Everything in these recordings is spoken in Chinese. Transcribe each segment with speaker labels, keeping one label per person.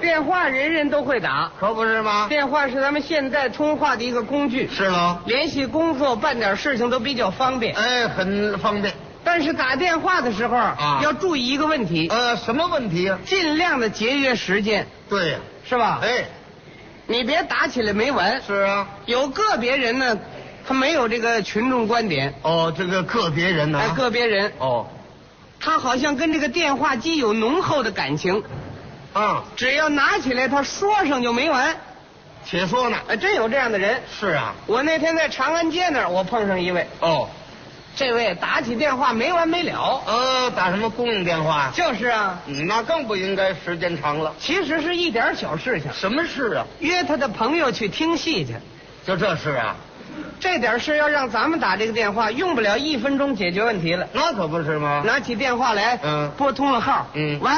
Speaker 1: 电话人人都会打，
Speaker 2: 可不是吗？
Speaker 1: 电话是咱们现在通话的一个工具，
Speaker 2: 是喽。
Speaker 1: 联系工作、办点事情都比较方便。
Speaker 2: 哎，很方便。
Speaker 1: 但是打电话的时候
Speaker 2: 啊
Speaker 1: 要注意一个问题，
Speaker 2: 呃，什么问题呀、
Speaker 1: 尽量的节约时间，
Speaker 2: 对呀、
Speaker 1: 是吧？
Speaker 2: 哎，
Speaker 1: 你别打起来没完。
Speaker 2: 是啊。
Speaker 1: 有个别人呢，他没有这个群众观点，
Speaker 2: 哦，这个个别人呢、
Speaker 1: 哎，个别人
Speaker 2: 哦，
Speaker 1: 他好像跟这个电话机有浓厚的感情，
Speaker 2: 啊，
Speaker 1: 只要拿起来他说上就没完。
Speaker 2: 且说呢。
Speaker 1: 哎，真有这样的人。
Speaker 2: 是啊。
Speaker 1: 我那天在长安街那儿，我碰上一位，
Speaker 2: 哦，
Speaker 1: 这位打起电话没完没了。
Speaker 2: 呃，打什么公用电话呀？
Speaker 1: 就是啊，
Speaker 2: 你那更不应该，时间长了。
Speaker 1: 其实是一点小事情，
Speaker 2: 什么事啊？
Speaker 1: 约他的朋友去听戏去，
Speaker 2: 就这事啊？
Speaker 1: 这点事要让咱们打这个电话，用不了一分钟解决问题了。
Speaker 2: 那可不是吗？
Speaker 1: 拿起电话来，
Speaker 2: 嗯
Speaker 1: 拨通了号，
Speaker 2: 嗯
Speaker 1: 喂，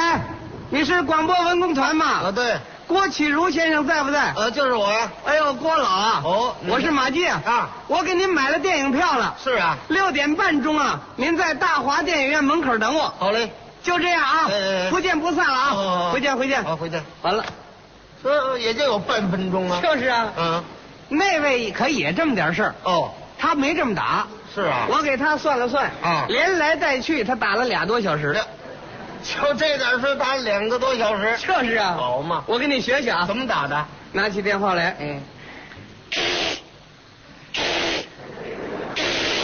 Speaker 1: 你是广播文工团
Speaker 2: 啊，
Speaker 1: 吗？
Speaker 2: 对，
Speaker 1: 郭启儒先生在不在？
Speaker 2: 呃，就是我呀。
Speaker 1: 哎呦，郭老啊，
Speaker 2: 哦
Speaker 1: 我是马季
Speaker 2: 啊，
Speaker 1: 我给您买了电影票了，
Speaker 2: 是啊。
Speaker 1: 六点半钟啊，您在大华电影院门口等我，
Speaker 2: 好嘞。
Speaker 1: 就这样啊，
Speaker 2: 哎哎哎
Speaker 1: 不见不散了
Speaker 2: 哦哦
Speaker 1: 啊，
Speaker 2: 哦
Speaker 1: 回见回见，
Speaker 2: 啊，回见。
Speaker 1: 完了，
Speaker 2: 这也就有半分钟啊。
Speaker 1: 就是啊，
Speaker 2: 嗯，
Speaker 1: 那位可也这么点事儿，
Speaker 2: 哦，
Speaker 1: 他没这么打，
Speaker 2: 是啊。
Speaker 1: 我给他算了算
Speaker 2: 啊
Speaker 1: 连来带去他打了俩多小时，
Speaker 2: 就这点事打两个多小时，
Speaker 1: 这是啊，
Speaker 2: 好嘛？
Speaker 1: 我给你学学啊，
Speaker 2: 怎么打的？
Speaker 1: 拿起电话来，哎
Speaker 2: 嗯，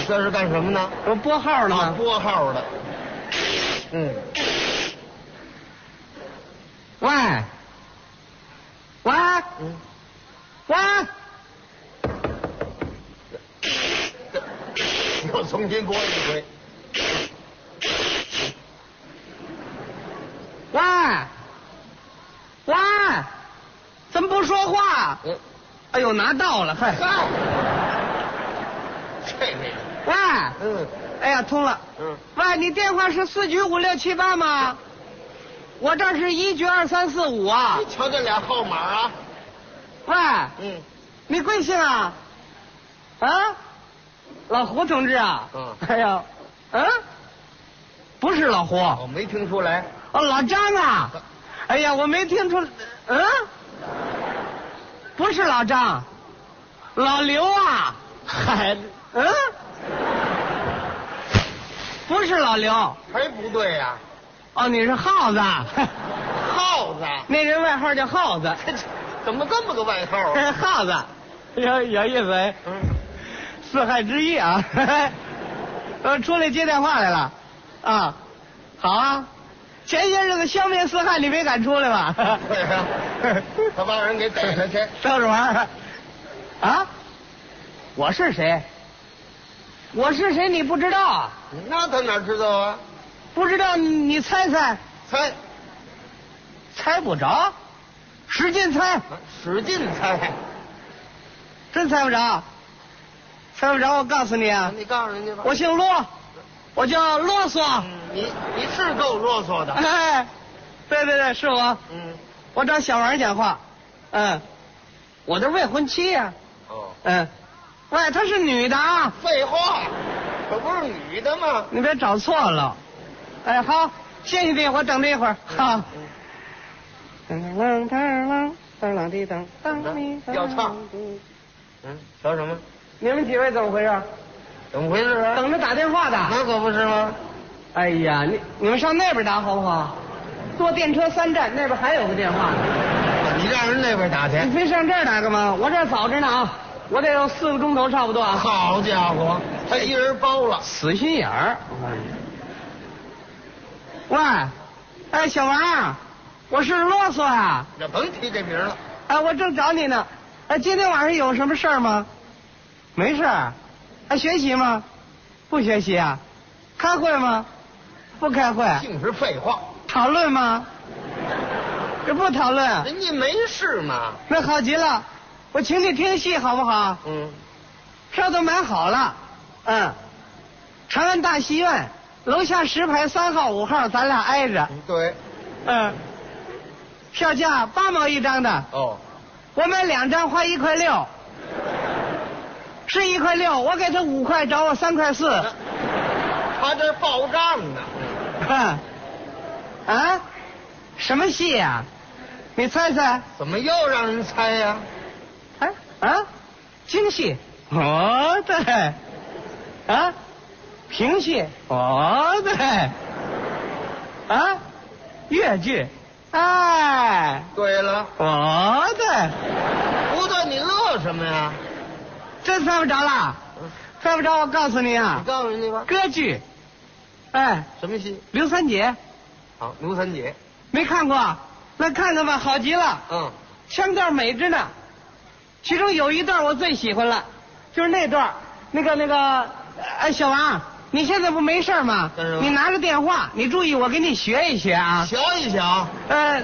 Speaker 2: 这是干什么呢？
Speaker 1: 我拨号呢
Speaker 2: 啊
Speaker 1: 吗？
Speaker 2: 拨号的。嗯，
Speaker 1: 喂，喂，
Speaker 2: 嗯
Speaker 1: 喂，
Speaker 2: 又重新拨一回。
Speaker 1: 喂，喂，怎么不说话？
Speaker 2: 嗯，
Speaker 1: 哎呦，拿到了， 嗨，
Speaker 2: 嗨，这位，
Speaker 1: 喂，
Speaker 2: 嗯
Speaker 1: 哎呀，通了。
Speaker 2: 嗯，
Speaker 1: 喂，你电话是四局五六七八吗？我这儿是一局二三四五啊。
Speaker 2: 你瞧这俩号码啊，
Speaker 1: 喂，
Speaker 2: 嗯，
Speaker 1: 你贵姓啊？啊，老胡同志啊？
Speaker 2: 嗯
Speaker 1: 哎呀，嗯、不是老胡，
Speaker 2: 我没听出来。
Speaker 1: 哦，老张啊，哎呀，我没听出，嗯、不是老张，老刘啊，
Speaker 2: 嗨，
Speaker 1: 嗯、不是老刘，
Speaker 2: 还不对呀、
Speaker 1: 哦，你是耗子 啊，
Speaker 2: 耗子，啊
Speaker 1: 那人外号叫耗子，
Speaker 2: 怎么这么个外号 啊？
Speaker 1: 耗子，有有意思哎，
Speaker 2: 嗯，
Speaker 1: 四害之一啊， 呃，出来接电话来了，啊，好啊，前些日子消灭四害，你没敢出来吧？
Speaker 2: 对呀、 他把人给逮了去。
Speaker 1: 逗着玩儿。啊？我是谁？我是谁？你不知道啊？
Speaker 2: 那他哪知道啊？
Speaker 1: 不知道你你猜猜，
Speaker 2: 猜，
Speaker 1: 猜不着，使劲猜，
Speaker 2: 使劲猜。
Speaker 1: 真猜不着，猜不着。我告诉你啊，
Speaker 2: 你告诉人家吧。
Speaker 1: 我姓骆，我叫啰嗦。
Speaker 2: 嗯你你是够啰嗦的。
Speaker 1: 哎，对对对，是我，
Speaker 2: 嗯，
Speaker 1: 我找小王讲话。嗯，我的未婚妻呀、
Speaker 2: 哦，
Speaker 1: 嗯，喂，她是女的啊。
Speaker 2: 废话，可不是女的吗？
Speaker 1: 你别找错了。哎，好，谢谢你，我等这一会儿。
Speaker 2: 啊
Speaker 1: 好。
Speaker 2: 嗯
Speaker 1: 噔噔噔噔噔噔滴噔噔。
Speaker 2: 要唱。嗯，瞧什么？
Speaker 1: 你们几位怎么回事？
Speaker 2: 怎么回事啊？
Speaker 1: 等着打电话的。
Speaker 2: 那可不是吗？
Speaker 1: 哎呀，你你们上那边打好不好？坐电车三站，那边还有个电话呢。
Speaker 2: 你让人那边打去。
Speaker 1: 你非上这儿打干嘛？我这儿早着呢啊，我得有四个钟头差不多啊。
Speaker 2: 好家伙，哎他一人包了。
Speaker 1: 死心眼儿。喂，哎，小王啊，我是啰嗦啊。
Speaker 2: 这甭提这名了。
Speaker 1: 啊，我正找你呢。啊，今天晚上有什么事儿吗？没事儿。啊，学习吗？不学习啊。开会吗？不开会。
Speaker 2: 净是废话。
Speaker 1: 讨论吗？这不讨论。
Speaker 2: 人家没事嘛。
Speaker 1: 那好极了，我请你听戏好不好？
Speaker 2: 嗯，
Speaker 1: 票都买好了。嗯，长安大戏院楼下十排三号五号，咱俩挨着。
Speaker 2: 对。
Speaker 1: 嗯，票价八毛一张的。
Speaker 2: 哦，
Speaker 1: 我买两张花一块六，是一块六，我给他五块，找我三块四，
Speaker 2: 他这报嗯
Speaker 1: 嗯
Speaker 2: 账呢。
Speaker 1: 啊，什么戏呀、你猜猜？
Speaker 2: 怎么又让人猜呀、
Speaker 1: 哎啊，精细，哦对，啊，平戏，哦对，啊，越剧，哎，
Speaker 2: 对了，
Speaker 1: 哦对，
Speaker 2: 不对，你乐什么呀？
Speaker 1: 真猜不着啦，猜不着我告诉你
Speaker 2: 我
Speaker 1: 啊，
Speaker 2: 告诉你吧，
Speaker 1: 歌剧，哎，
Speaker 2: 什么戏？
Speaker 1: 刘三姐
Speaker 2: 好，刘三姐。
Speaker 1: 没看过，那看看吧，好极了。
Speaker 2: 嗯，
Speaker 1: 腔调美着呢。其中有一段我最喜欢了，就是那段儿，那个那个，哎，小王，你现在不没事儿吗
Speaker 2: 干什？么
Speaker 1: 你拿着电话，你注意，我给你学一学啊。
Speaker 2: 瞧一瞧，
Speaker 1: 呃，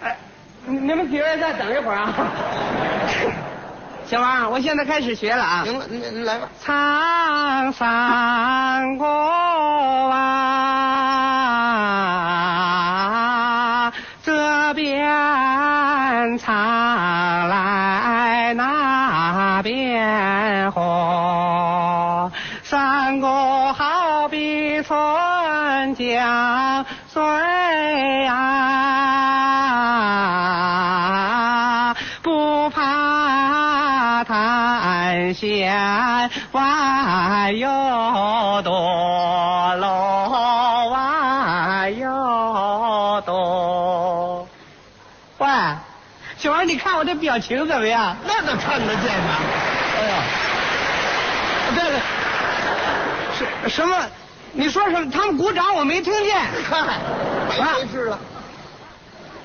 Speaker 1: 呃，你你们几位再等一会儿啊。 小王，我现在开始学了啊。
Speaker 2: 行了，您您来吧。
Speaker 1: 苍山过啊，这边唱来那边和，山歌好比春江水啊，不哎怕滩线弯又多，路弯又多。喂，小王，你看我这表情怎么样？
Speaker 2: 那哪看得见啊？
Speaker 1: 哎呀，对了，什什么？你说什么？他们鼓掌我没听见，
Speaker 2: 嗨，没回事了。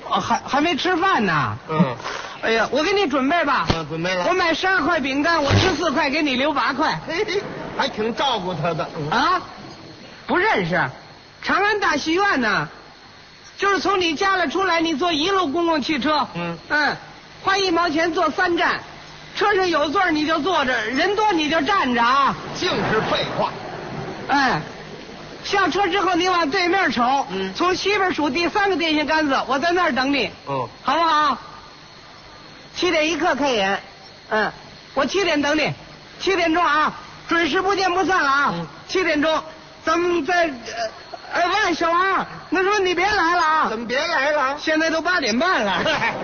Speaker 1: 哦、还还没吃饭呢。
Speaker 2: 嗯，
Speaker 1: 哎呀，我给你准备吧。
Speaker 2: 嗯，准备了
Speaker 1: 我。买十二块饼干，我吃四块，给你留八块。
Speaker 2: 嘿嘿，还挺照顾他的。嗯
Speaker 1: 啊，不认识，长安大戏院呢，就是从你家里出来，你坐一路公共汽车，
Speaker 2: 嗯
Speaker 1: 花一毛钱坐三站，车上有座儿你就坐着，人多你就站着啊，
Speaker 2: 净是废话。
Speaker 1: 哎。下车之后，你往对面瞅，
Speaker 2: 嗯
Speaker 1: 从西边数第三个电线杆子，我在那儿等你，
Speaker 2: 嗯，
Speaker 1: 好不好？七点一刻开演，嗯，我七点等你，七点钟啊，准时不见不散了啊！
Speaker 2: 嗯
Speaker 1: 七点钟，咱们在，呃哎喂，小王，那什么你别来了啊！
Speaker 2: 怎么别来了？
Speaker 1: 现在都八点半了，
Speaker 2: 嗨